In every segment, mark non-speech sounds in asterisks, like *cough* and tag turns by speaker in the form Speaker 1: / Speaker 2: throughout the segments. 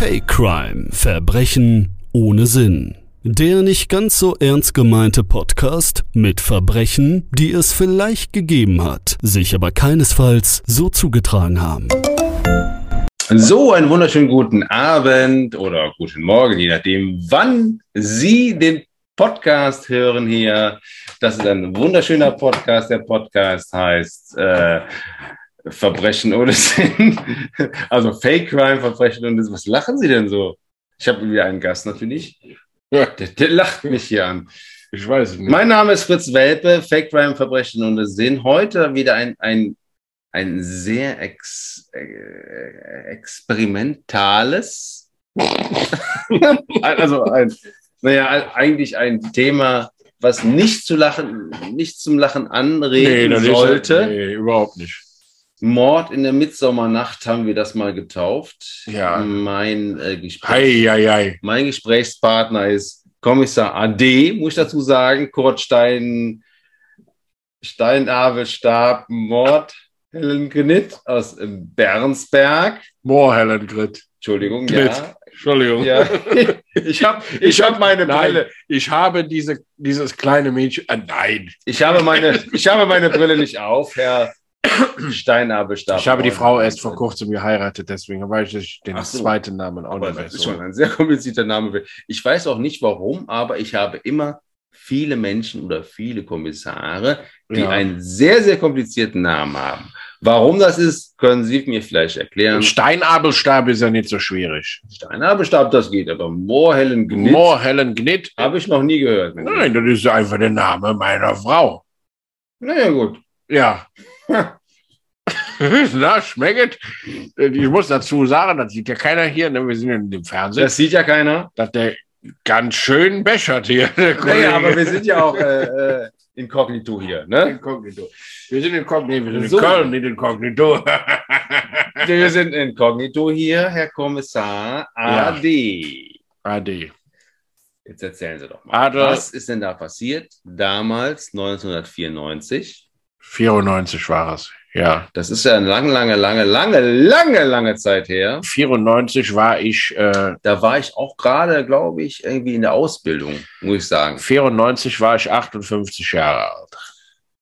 Speaker 1: High Crime Verbrechen ohne Sinn. Der nicht ganz so ernst gemeinte Podcast mit Verbrechen, die es vielleicht gegeben hat, sich aber keinesfalls so zugetragen haben.
Speaker 2: So, einen wunderschönen guten Abend oder guten Morgen, je nachdem, wann Sie den Podcast hören hier. Das ist ein wunderschöner Podcast. Der Podcast heißt äh, Verbrechen ohne Sinn. *laughs* Also Fake Crime, Verbrechen ohne Sinn. Was lachen Sie denn so? Ich habe wieder einen Gast natürlich. Ja, Der, der lacht mich hier an.
Speaker 3: Ich weiß es nicht.
Speaker 2: Mein Name ist Fritz Welpe, Fake Crime, Verbrechen ohne Sinn. Heute wieder ein, ein, ein sehr ex, äh, experimentales, *laughs* also ein, naja, ein- eigentlich ein Thema, was nicht zu lachen, nicht zum Lachen anregen
Speaker 3: das ist-
Speaker 2: sollte.
Speaker 3: nee, überhaupt nicht.
Speaker 2: Mord in der Mitsommernacht haben wir das mal getauft.
Speaker 3: Ja.
Speaker 2: Mein äh, Gespräch.
Speaker 3: Hei, hei, hei.
Speaker 2: Mein Gesprächspartner ist Kommissar AD, muss ich dazu sagen, Kurt Stein, Steinabel Stab Mord, Helen Knitt aus Bernsberg.
Speaker 3: Boah, Helen Grit.
Speaker 2: Entschuldigung, ja.
Speaker 3: Knitt. Entschuldigung.
Speaker 2: ja. Ich
Speaker 3: *laughs*
Speaker 2: habe ich hab meine
Speaker 3: Nein,
Speaker 2: Brille.
Speaker 3: ich habe diese, dieses kleine Mädchen. Ah, nein,
Speaker 2: Ich habe meine, ich habe meine Brille nicht auf, Herr Steinabel Stab.
Speaker 3: ich habe die
Speaker 2: Mord.
Speaker 3: Frau erst vor kurzem geheiratet, deswegen weiß ich den
Speaker 2: Ach so.
Speaker 3: zweiten Namen auch
Speaker 2: Aber
Speaker 3: nicht
Speaker 2: das
Speaker 3: mehr
Speaker 2: ist schon
Speaker 3: so.
Speaker 2: ein sehr komplizierter Name. Ich weiß auch nicht warum, aber ich habe immer viele Menschen oder viele Kommissare, die
Speaker 3: Ja.
Speaker 2: einen sehr, sehr komplizierten Namen haben. Warum das ist, können Sie mir vielleicht erklären.
Speaker 3: Steinabelstab ist ja nicht so schwierig.
Speaker 2: Steinabelstab, das geht, aber Moorhellen Gnitt
Speaker 3: Moor Helen Gnitt.
Speaker 2: habe ich noch nie gehört.
Speaker 3: Nein, das ist einfach der Name meiner Frau.
Speaker 2: Naja, gut.
Speaker 3: Ja. *laughs* Na, schmeckt. Äh, Ich muss dazu sagen, das sieht ja keiner hier, ne? wir sind ja in dem Fernsehen.
Speaker 2: Das sieht ja keiner.
Speaker 3: dass der ganz schön bechert hier. Der Kollege.
Speaker 2: Naja, aber wir sind ja auch äh, äh, inkognito hier. Ne?
Speaker 3: Inkognito. Wir sind in Kogn- nee, wir sind in
Speaker 2: So.
Speaker 3: Köln, nicht in *laughs* Kognito.
Speaker 2: Wir sind inkognito hier, Herr Kommissar
Speaker 3: Ja.
Speaker 2: AD.
Speaker 3: Ade.
Speaker 2: Jetzt erzählen Sie doch mal.
Speaker 3: Adel-
Speaker 2: Was ist denn da passiert? Damals, 1994.
Speaker 3: 94 war es. Ja.
Speaker 2: Das ist ja eine lange, lange, lange, lange, lange, lange Zeit her.
Speaker 3: 94 war ich, äh,
Speaker 2: Da war ich auch gerade, glaube ich, irgendwie in der Ausbildung, muss ich sagen.
Speaker 3: 94 war ich 58 Jahre alt.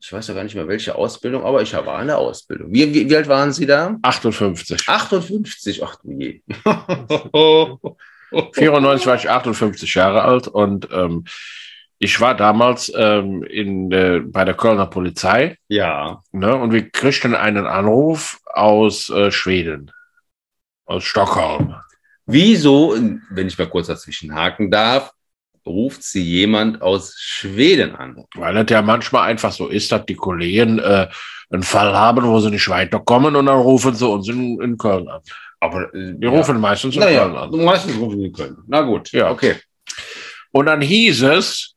Speaker 2: Ich weiß ja gar nicht mehr, welche Ausbildung, aber ich war in der Ausbildung. Wie, wie, wie alt waren Sie da?
Speaker 3: 58.
Speaker 2: 58, ach du je. *laughs*
Speaker 3: 94 war ich 58 Jahre alt und ähm, ich war damals ähm, in, äh, bei der Kölner Polizei
Speaker 2: Ja,
Speaker 3: ne, und wir kriegten einen Anruf aus äh, Schweden, aus Stockholm.
Speaker 2: wieso, wenn ich mal kurz dazwischen haken darf, ruft Sie jemand aus Schweden an?
Speaker 3: Weil das ja manchmal einfach so ist, dass die Kollegen äh, einen Fall haben, wo sie nicht weiterkommen und dann rufen sie uns in, in Köln an.
Speaker 2: Aber äh,
Speaker 3: Wir rufen meistens in Köln
Speaker 2: Naja,
Speaker 3: an.
Speaker 2: du meistens rufen die können. Na gut,
Speaker 3: Ja.
Speaker 2: okay.
Speaker 3: Und dann hieß es,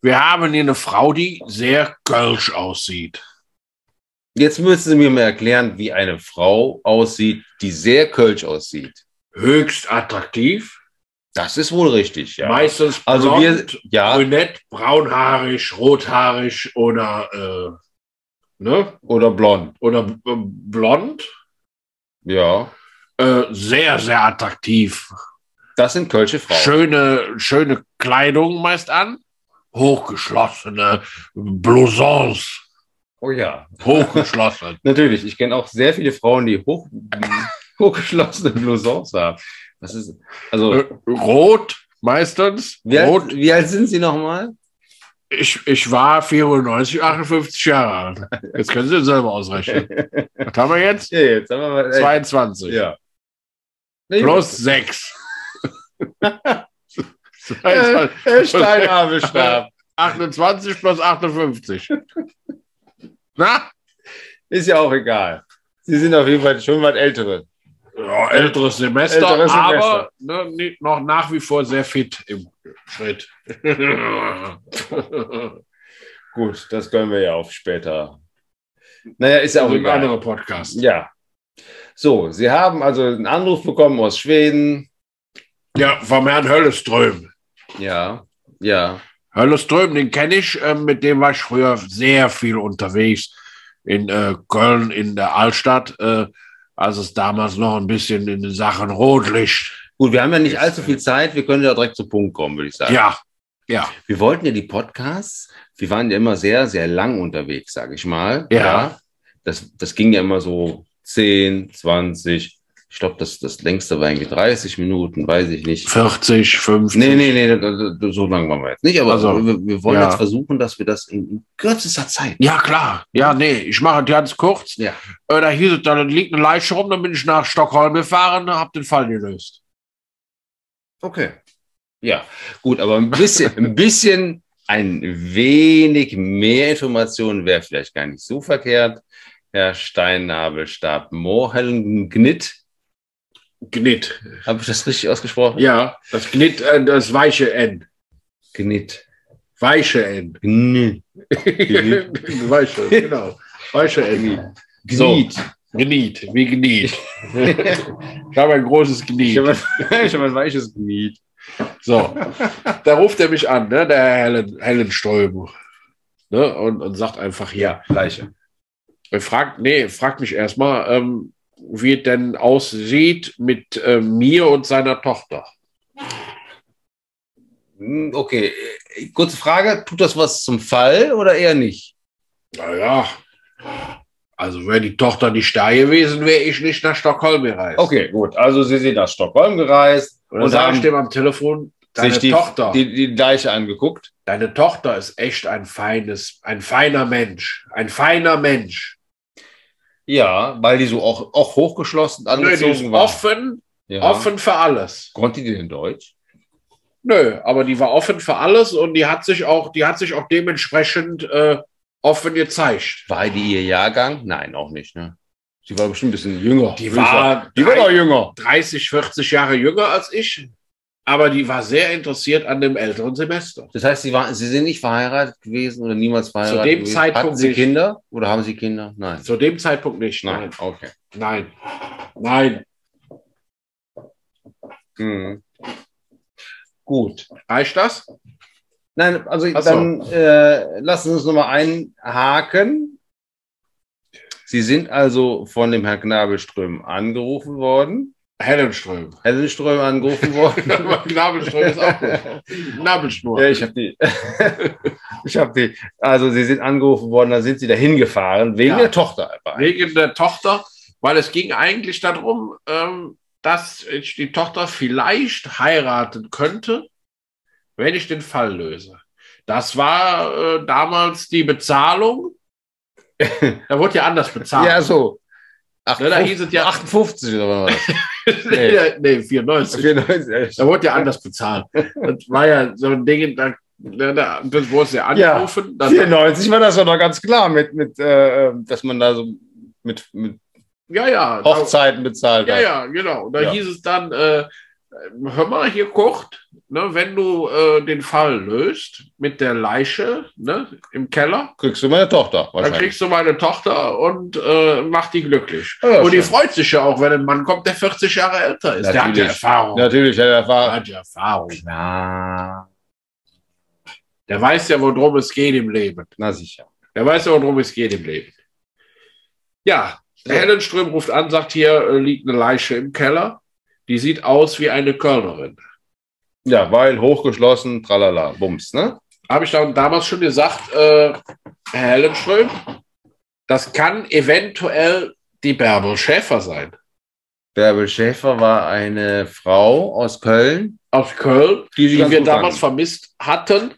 Speaker 3: wir haben hier eine Frau, die sehr kölsch aussieht.
Speaker 2: Jetzt müssen Sie mir mal erklären, wie eine Frau aussieht, die sehr kölsch aussieht.
Speaker 3: Höchst attraktiv,
Speaker 2: Das ist wohl richtig, ja.
Speaker 3: meistens
Speaker 2: also
Speaker 3: blond,
Speaker 2: wir, ja,
Speaker 3: brünett, braunhaarig, rothaarig oder, äh, ne?
Speaker 2: oder blond,
Speaker 3: oder b- b- blond.
Speaker 2: ja.
Speaker 3: Äh, sehr, sehr attraktiv.
Speaker 2: Das sind kölsche Frauen.
Speaker 3: schöne, schöne Kleidung meist an, hochgeschlossene Blousons,
Speaker 2: Oh ja. *laughs*
Speaker 3: hochgeschlossen.
Speaker 2: Natürlich, ich kenne auch sehr viele Frauen, die hoch, *laughs* hochgeschlossene Blousons haben. Das ist, also,
Speaker 3: Äh, Rot meistens.
Speaker 2: wie alt,
Speaker 3: Rot.
Speaker 2: wie alt sind Sie nochmal?
Speaker 3: Ich, ich war 94, 58 Jahre alt. Jetzt können Sie
Speaker 2: *laughs*
Speaker 3: selber ausrechnen. Was haben wir jetzt?
Speaker 2: Ja, jetzt haben wir mal. ey,
Speaker 3: 22.
Speaker 2: ja. Nee,
Speaker 3: Plus 6.
Speaker 2: *laughs* Äh, Herr Steinabelstab.
Speaker 3: 28 plus 58. Na?
Speaker 2: Ist ja auch egal. Sie sind auf jeden Fall schon was Ältere.
Speaker 3: Ja, älteres Semester,
Speaker 2: Älteres
Speaker 3: aber Ne, ni- noch nach wie vor sehr fit im *laughs* Schritt.
Speaker 2: Gut, das können wir ja auf später. Naja, ist ja auch
Speaker 3: also ein
Speaker 2: egal.
Speaker 3: anderer Podcast.
Speaker 2: Ja. So, Sie haben also einen Anruf bekommen aus Schweden.
Speaker 3: Ja, vom Herrn Hölleström.
Speaker 2: Ja, ja.
Speaker 3: Hölleström, den kenne ich, äh, mit dem war ich früher sehr viel unterwegs in äh, Köln, in der Altstadt, äh, als es damals noch ein bisschen in den Sachen Rotlicht
Speaker 2: Gut, wir haben ja nicht allzu viel Zeit, wir können ja direkt zu Punkt kommen, würde ich sagen.
Speaker 3: Ja, ja.
Speaker 2: Wir wollten ja die Podcasts, wir waren ja immer sehr, sehr lang unterwegs, sage ich mal.
Speaker 3: Ja.
Speaker 2: Das, das ging ja immer so 10, 20, ich glaube, das, das längste war irgendwie 30 Minuten, weiß ich nicht.
Speaker 3: 40, 50.
Speaker 2: Nee, nee, nee, da- da- so lang waren wir jetzt nicht, aber
Speaker 3: Also,
Speaker 2: wir, wir wollen
Speaker 3: ja.
Speaker 2: jetzt versuchen, dass wir das in, in kürzester Zeit.
Speaker 3: Ja, klar. Ja, nee, ich mache das ganz kurz.
Speaker 2: Ja.
Speaker 3: Äh, da hieß es, da liegt eine Leiche rum, dann bin ich nach Stockholm gefahren, habe den Fall gelöst.
Speaker 2: Okay. Ja, gut, aber ein bisschen, ein bisschen, ein wenig mehr Informationen wäre vielleicht gar nicht so verkehrt. Herr Steinnabelstab Mohrhelmgnitt,
Speaker 3: Gnitt.
Speaker 2: habe ich das richtig ausgesprochen?
Speaker 3: Ja, das Gnitt, äh, das weiche N.
Speaker 2: Gnitt.
Speaker 3: Weiche N.
Speaker 2: Gnitt.
Speaker 3: *laughs* weiche, genau. Weiche N.
Speaker 2: So.
Speaker 3: Gniet, wie Gniet. ich habe ein
Speaker 2: *laughs*
Speaker 3: großes
Speaker 2: Ich
Speaker 3: Gniet.
Speaker 2: habe ein weiches Gniet.
Speaker 3: So, da ruft er mich an, ne, der Herr Helen, Helen Stolben. Ne, und, und sagt einfach, ja.
Speaker 2: Leiche.
Speaker 3: Er fragt, Äh, nee, fragt mich erstmal, ähm, wie es denn aussieht mit äh, mir und seiner Tochter.
Speaker 2: Hm, Okay, äh, kurze Frage, tut das was zum Fall oder eher nicht?
Speaker 3: Naja, also wäre die Tochter nicht da gewesen, wäre ich nicht nach Stockholm gereist.
Speaker 2: Okay, gut, also Sie sind nach Stockholm gereist
Speaker 3: Und dann sage ich dem am Telefon, deine
Speaker 2: sich die,
Speaker 3: Tochter,
Speaker 2: Die, die Leiche angeguckt.
Speaker 3: deine Tochter ist echt ein feines, ein feiner Mensch, ein feiner Mensch.
Speaker 2: Ja, weil die so auch, auch hochgeschlossen
Speaker 3: Nö, die
Speaker 2: angezogen
Speaker 3: ist
Speaker 2: war.
Speaker 3: offen,
Speaker 2: ja.
Speaker 3: offen für alles.
Speaker 2: Konnte die denn Deutsch?
Speaker 3: Nö, aber die war offen für alles und die hat sich auch, die hat sich auch dementsprechend äh, offen gezeigt.
Speaker 2: War die ihr Jahrgang? Nein, auch nicht. Ne? Sie war bestimmt ein bisschen jünger.
Speaker 3: Die war,
Speaker 2: die war doch jünger.
Speaker 3: 30, 40 Jahre jünger als ich, aber die war sehr interessiert an dem älteren Semester.
Speaker 2: Das heißt, sie, war, sie sind nicht verheiratet gewesen oder niemals verheiratet
Speaker 3: dem
Speaker 2: gewesen.
Speaker 3: Zeitpunkt
Speaker 2: Hatten sie
Speaker 3: nicht.
Speaker 2: Kinder oder haben sie Kinder? Nein.
Speaker 3: Zu dem Zeitpunkt nicht.
Speaker 2: Nein, okay.
Speaker 3: Nein. Nein.
Speaker 2: Mhm. Gut.
Speaker 3: Reicht das?
Speaker 2: Nein, also
Speaker 3: Ach so.
Speaker 2: dann äh, lassen Sie uns nochmal einhaken. Sie sind also von dem Herrn Knabelström angerufen worden.
Speaker 3: Hellenström. *laughs*
Speaker 2: Hellenström Also angerufen worden.
Speaker 3: Nabelström ist auch gut. Nabelschnur.
Speaker 2: Ja, ich habe die. *laughs* ich habe die. Also, sie sind angerufen worden, dann sind sie dahin gefahren, wegen
Speaker 3: Ja.
Speaker 2: der Tochter einfach.
Speaker 3: Wegen der Tochter, weil es ging eigentlich darum, ähm, dass ich die Tochter vielleicht heiraten könnte, wenn ich den Fall löse. Das war äh, damals die
Speaker 2: *laughs*
Speaker 3: Bezahlung. da wurde ja anders bezahlt.
Speaker 2: Ja, so. Ach,
Speaker 3: Ne, da hieß es *laughs* ja-
Speaker 2: 58 oder
Speaker 3: *laughs*
Speaker 2: was?
Speaker 3: nee, nee, 94.
Speaker 2: 94.
Speaker 3: Da wurde ja anders bezahlt. Das war ja so ein Ding, da, da, da, das wurde ja
Speaker 2: Ja.
Speaker 3: angerufen. dann-
Speaker 2: 94 war das ja noch ganz klar, mit, mit, äh, dass man da so mit, mit
Speaker 3: ja, ja. da-
Speaker 2: Hochzeiten bezahlt
Speaker 3: Ja,
Speaker 2: hat.
Speaker 3: ja, genau. Und da
Speaker 2: Ja.
Speaker 3: hieß es dann, äh, hör mal, hier kocht, ne, wenn du äh, den Fall löst mit der Leiche ne, im Keller,
Speaker 2: Kriegst du meine Tochter
Speaker 3: dann
Speaker 2: wahrscheinlich.
Speaker 3: kriegst du meine Tochter und äh, mach die glücklich.
Speaker 2: Ja,
Speaker 3: und die
Speaker 2: schön.
Speaker 3: freut sich ja auch, wenn ein Mann kommt, der 40 Jahre älter ist. Der hat ja
Speaker 2: Natürlich.
Speaker 3: Erfahrung.
Speaker 2: Natürlich, ja, das
Speaker 3: Der
Speaker 2: war.
Speaker 3: hat ja Erfahrung.
Speaker 2: Na,
Speaker 3: Der weiß ja, worum es geht im Leben.
Speaker 2: na sicher.
Speaker 3: Der weiß ja, worum es geht im Leben. Ja, der
Speaker 2: Ja.
Speaker 3: Hellenström ruft an, sagt, hier äh, liegt eine Leiche im Keller. Die sieht aus wie eine Kölnerin.
Speaker 2: Ja, weil hochgeschlossen, tralala, bums, ne?
Speaker 3: habe ich dann damals schon gesagt, äh, Herr Hellenström, das kann eventuell die Bärbel Schäfer sein.
Speaker 2: Bärbel Schäfer war eine Frau aus Köln,
Speaker 3: Aus Köln,
Speaker 2: die,
Speaker 3: die wir damals vermisst hatten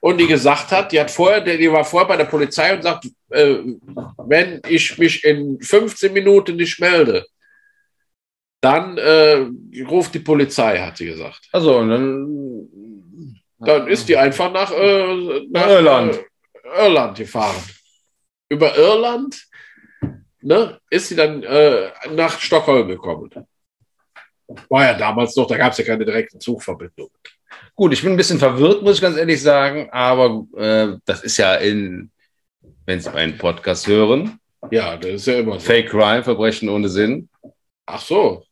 Speaker 3: und die gesagt hat, die, hat vorher, die war vorher bei der Polizei und sagt, äh, wenn ich mich in 15 Minuten nicht melde, dann äh, ruft die Polizei, hat sie gesagt.
Speaker 2: Also, und dann.
Speaker 3: Dann ist die einfach nach, äh, nach
Speaker 2: Irland.
Speaker 3: Äh, Irland gefahren. Über Irland ne, ist sie dann äh, nach Stockholm gekommen. War ja damals noch, da gab es ja keine direkten Zugverbindungen.
Speaker 2: Gut, ich bin ein bisschen verwirrt, muss ich ganz ehrlich sagen, aber äh, das ist ja in, wenn Sie meinen Podcast hören,
Speaker 3: Ja, das ist ja immer so.
Speaker 2: Fake Crime, Verbrechen ohne Sinn,
Speaker 3: Ach so.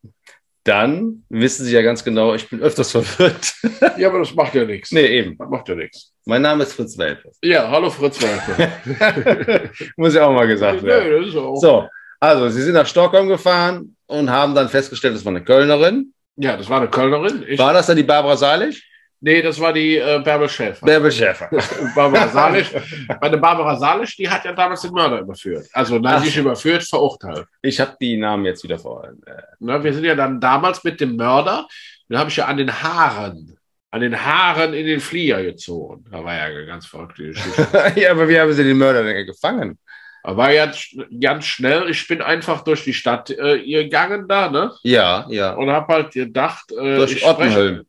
Speaker 2: dann wissen Sie ja ganz genau, ich bin öfters *laughs* verwirrt.
Speaker 3: Ja, aber das macht ja nichts.
Speaker 2: nee, eben.
Speaker 3: Das macht ja nichts.
Speaker 2: Mein Name ist Fritz Welpe.
Speaker 3: *laughs* Ja, hallo Fritz Walter.
Speaker 2: muss *laughs* ja auch mal gesagt werden.
Speaker 3: Nö, das ist auch.
Speaker 2: So, also, Sie sind nach Stockholm gefahren und haben dann festgestellt, das war eine Kölnerin.
Speaker 3: Ja, das war eine Kölnerin. Ich,
Speaker 2: War das dann die Barbara Salisch?
Speaker 3: nee, das war die äh, Bärbel Schäfer.
Speaker 2: Bärbel Schäfer. *laughs*
Speaker 3: Barbara Salisch. Meine Barbara Salisch, die hat ja damals den Mörder überführt. Also, nein,
Speaker 2: Ach.
Speaker 3: nicht überführt, verurteilt.
Speaker 2: Ich habe die Namen jetzt wieder vor allem.
Speaker 3: Ne, wir sind ja dann damals mit dem Mörder, den habe ich ja an den Haaren, an den Haaren in den Flieger gezogen. Da war ja ganz verrückt die
Speaker 2: *laughs*
Speaker 3: Geschichte.
Speaker 2: ja, aber wie haben sie den Mörder denn gefangen?
Speaker 3: Da war ja sch- ganz schnell, ich bin einfach durch die Stadt äh, gegangen da, ne?
Speaker 2: Ja, ja.
Speaker 3: Und habe halt gedacht, äh,
Speaker 2: Durch
Speaker 3: ich sprech-
Speaker 2: Ottenhölm.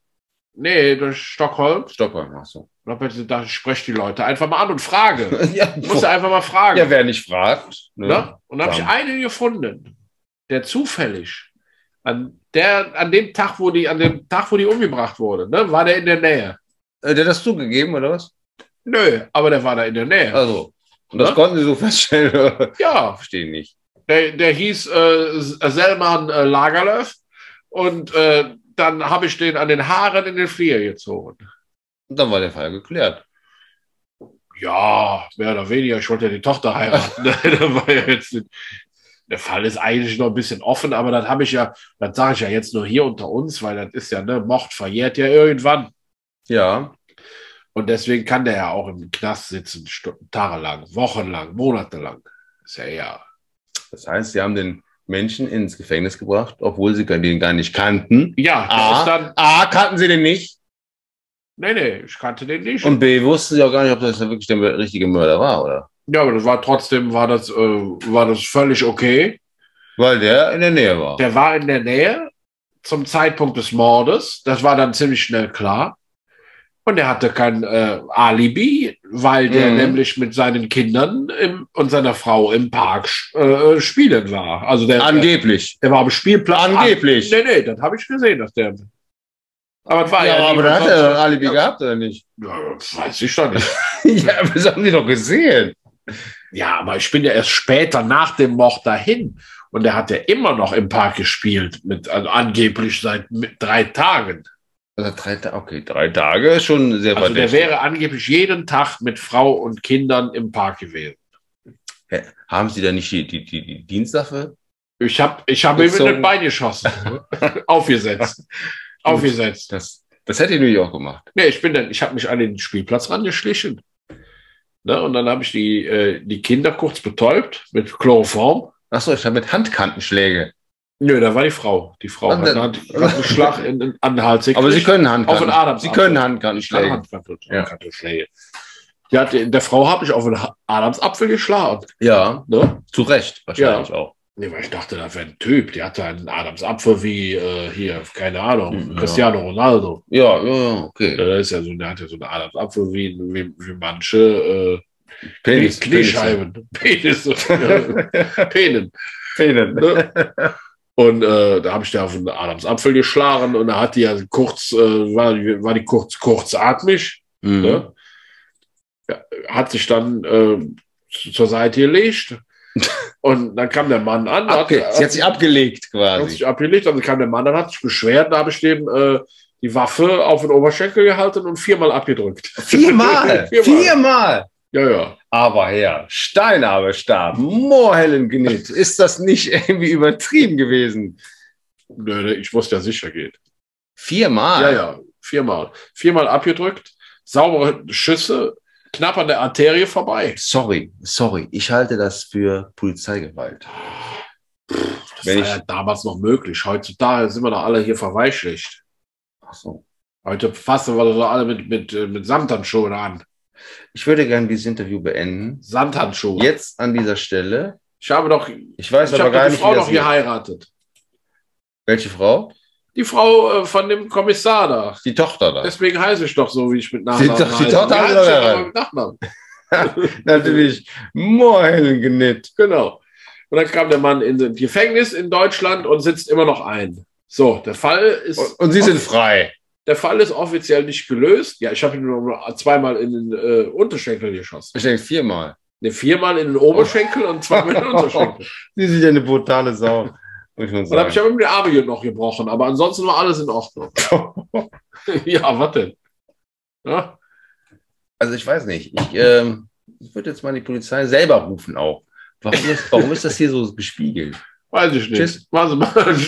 Speaker 3: Nee, durch Stockholm.
Speaker 2: Stockholm, ach so.
Speaker 3: Und habe halt gedacht, ich spreche die Leute einfach mal an und frage.
Speaker 2: *laughs* ja,
Speaker 3: Ich musste einfach mal fragen.
Speaker 2: ja, wer nicht fragt. Ne?
Speaker 3: Ne? Und da habe ich
Speaker 2: Dann.
Speaker 3: einen gefunden, der zufällig an der an dem Tag, wo die an dem Tag, wo die umgebracht wurde, ne, war der in der Nähe.
Speaker 2: Äh, Der hat das zugegeben, oder was?
Speaker 3: Nö, aber der war da in der Nähe.
Speaker 2: Also, und das
Speaker 3: Ne?
Speaker 2: konnten sie so *laughs* feststellen.
Speaker 3: Ja,
Speaker 2: Verstehe nicht.
Speaker 3: der, der hieß äh, Selman äh, Lagerlöf und äh, dann habe ich den an den Haaren in den Flieger gezogen.
Speaker 2: Und dann war der Fall geklärt.
Speaker 3: Ja, mehr oder weniger. Ich wollte ja die Tochter heiraten. *laughs* Ne, da war ja jetzt nicht- der Fall ist eigentlich noch ein bisschen offen, aber das habe ich ja, das sage ich ja jetzt nur hier unter uns, weil das ist ja, ne, Mord verjährt ja irgendwann.
Speaker 2: Ja,
Speaker 3: Und deswegen kann der ja auch im Knast sitzen, Stunden, tagelang, wochenlang, monatelang. Ist ja eher.
Speaker 2: das heißt, sie haben den Menschen ins Gefängnis gebracht, obwohl sie den gar nicht kannten.
Speaker 3: Ja, der
Speaker 2: Ah.
Speaker 3: ist dann.
Speaker 2: A, kannten sie den nicht.
Speaker 3: Nee, nee, ich kannte den nicht.
Speaker 2: Und B, wussten sie auch gar nicht, ob das wirklich der richtige Mörder war, oder?
Speaker 3: ja, aber das war trotzdem, war das, äh, war das völlig okay.
Speaker 2: Weil der in der Nähe war.
Speaker 3: Der war in der Nähe zum Zeitpunkt des Mordes. Das war dann ziemlich schnell klar. Und er hatte kein äh, Alibi, weil der
Speaker 2: Mhm.
Speaker 3: nämlich mit seinen Kindern im, und seiner Frau im Park äh, spielen war. Also der,
Speaker 2: Angeblich.
Speaker 3: der war am Spielplatz.
Speaker 2: Angeblich.
Speaker 3: Nee, nee, das habe ich gesehen, dass der. Aber das war ja,
Speaker 2: Ah, ja, aber
Speaker 3: niemand
Speaker 2: dann hat er
Speaker 3: sonst.
Speaker 2: ein Alibi
Speaker 3: ja,
Speaker 2: gehabt, oder nicht?
Speaker 3: ja, das Weiß ich doch nicht.
Speaker 2: *laughs* ja, aber das haben die doch gesehen.
Speaker 3: ja, aber ich bin ja erst später nach dem Mord dahin. Und er hat ja immer noch im Park gespielt, mit, also angeblich seit mit drei Tagen.
Speaker 2: Also drei Ta- okay, drei Tage ist schon sehr
Speaker 3: Also der
Speaker 2: verdächtig.
Speaker 3: wäre angeblich jeden Tag mit Frau und Kindern im Park gewesen.
Speaker 2: Hä, Haben sie da nicht die, die, die, die Dienstwaffe?
Speaker 3: Ich habe ich hab ihm in
Speaker 2: Gezogen.
Speaker 3: den
Speaker 2: *laughs*
Speaker 3: Bein geschossen. Aufgesetzt. Aufgesetzt.
Speaker 2: Das, das hätte New York gemacht.
Speaker 3: Nee, ich bin dann, ich habe mich an den Spielplatz rangeschlichen. Ne, und dann habe ich die, äh, die Kinder kurz betäubt mit Chloroform.
Speaker 2: Achso, ich habe mit Handkantenschläge.
Speaker 3: Nö, da war die Frau. Die Frau
Speaker 2: Ach,
Speaker 3: hat,
Speaker 2: dann-
Speaker 3: hat einen Schlag in, in, an den Hals
Speaker 2: Aber sie können Handkanten.
Speaker 3: Auf den Adamsapfel.
Speaker 2: sie können
Speaker 3: Schläge.
Speaker 2: Handkantenschläge. Ja.
Speaker 3: Handkantenschläge. Ja, die- der Frau habe ich auf den Ha- Adamsapfel geschlagen.
Speaker 2: Ja,
Speaker 3: Ne?
Speaker 2: zu Recht wahrscheinlich auch.
Speaker 3: Nee, weil ich dachte, das wäre ein Typ. Der hatte einen Adams Apfel wie äh, hier, keine Ahnung,
Speaker 2: Mhm, ja.
Speaker 3: Cristiano Ronaldo.
Speaker 2: Ja, ja, ja, okay.
Speaker 3: Ja, das ist ja so, der hat ja so einen Adams Apfel wie, wie, wie manche äh,
Speaker 2: Penis,
Speaker 3: Kniescheiben. *laughs*
Speaker 2: *laughs*
Speaker 3: Penis. ja, Penen.
Speaker 2: Penis.
Speaker 3: Ne? Und äh, da habe ich da auf einen Adams Apfel geschlagen und da hat die ja kurz, äh, war, die- war die kurz, kurzatmig.
Speaker 2: Mhm.
Speaker 3: Ne? Ja, hat sich dann ähm, zu- zur
Speaker 2: *laughs*
Speaker 3: Seite gelegt. Und dann kam der Mann an.
Speaker 2: Abge
Speaker 3: hat,
Speaker 2: sie hat sich abgelegt
Speaker 3: hat
Speaker 2: quasi.
Speaker 3: sich abgelegt, dann also kam der Mann an, hat sich beschwert, da habe ich dem äh, die Waffe auf den Oberschenkel gehalten und viermal abgedrückt.
Speaker 2: *laughs* Viermal!
Speaker 3: *laughs* viermal.
Speaker 2: Viermal!
Speaker 3: Ja, ja.
Speaker 2: Aber Herr, Steinhabe starb, Moorhellen geniet. Ist das nicht irgendwie übertrieben gewesen?
Speaker 3: Nö, nö, Ich wusste ja sicher geht.
Speaker 2: Viermal?
Speaker 3: Ja, ja, viermal. Viermal abgedrückt, saubere Schüsse, knapp an der Arterie vorbei.
Speaker 2: Sorry, sorry, ich halte das für Polizeigewalt.
Speaker 3: Das
Speaker 2: Wenn
Speaker 3: war
Speaker 2: ich-
Speaker 3: ja damals noch möglich. Heutzutage sind wir doch alle hier verweichlicht.
Speaker 2: Ach so.
Speaker 3: Heute fassen wir das doch alle mit, mit, äh, mit Samthandschuhen an.
Speaker 2: Ich würde gerne dieses Interview beenden.
Speaker 3: Samthandschuhe.
Speaker 2: Jetzt an dieser Stelle.
Speaker 3: Ich habe doch, ich
Speaker 2: Ich weiß aber
Speaker 3: habe
Speaker 2: gar
Speaker 3: doch die
Speaker 2: nicht,
Speaker 3: Frau
Speaker 2: wie das
Speaker 3: noch
Speaker 2: geht.
Speaker 3: geheiratet.
Speaker 2: welche Frau?
Speaker 3: Die Frau äh, von dem Kommissar da.
Speaker 2: Die Tochter da.
Speaker 3: Deswegen heiße ich doch so, wie ich mit
Speaker 2: Die
Speaker 3: Nachnamen
Speaker 2: doch- die
Speaker 3: heiße.
Speaker 2: Tochter
Speaker 3: Wie
Speaker 2: haben
Speaker 3: heißt
Speaker 2: wir doch
Speaker 3: ich denn
Speaker 2: heiratet.
Speaker 3: aber mit Nachnamen?
Speaker 2: Natürlich. Moorhellen geniet.
Speaker 3: Genau. Und dann kam der Mann in das Gefängnis in Deutschland und sitzt immer noch ein. So, der Fall ist,
Speaker 2: Und, und sie sind frei.
Speaker 3: der Fall ist offiziell nicht gelöst. Ja, ich habe ihn nur zweimal in den äh, Unterschenkel geschossen.
Speaker 2: Ich denke viermal.
Speaker 3: Ne, viermal in den Oberschenkel und
Speaker 2: *laughs*
Speaker 3: zweimal in den Unterschenkel.
Speaker 2: Sie sind ja eine brutale Sau. Muss ich mal
Speaker 3: Und habe ich
Speaker 2: sagen.
Speaker 3: aber mit der Arme noch gebrochen, aber ansonsten war alles in Ordnung. *laughs* ja, was denn? Ja?
Speaker 2: Also ich weiß nicht. Ich, ähm, ich würde jetzt mal die Polizei selber rufen auch. Warum ist, warum ist das hier so gespiegelt?
Speaker 3: Weiß ich nicht.
Speaker 2: Tschüss.
Speaker 3: Warte mal. *laughs*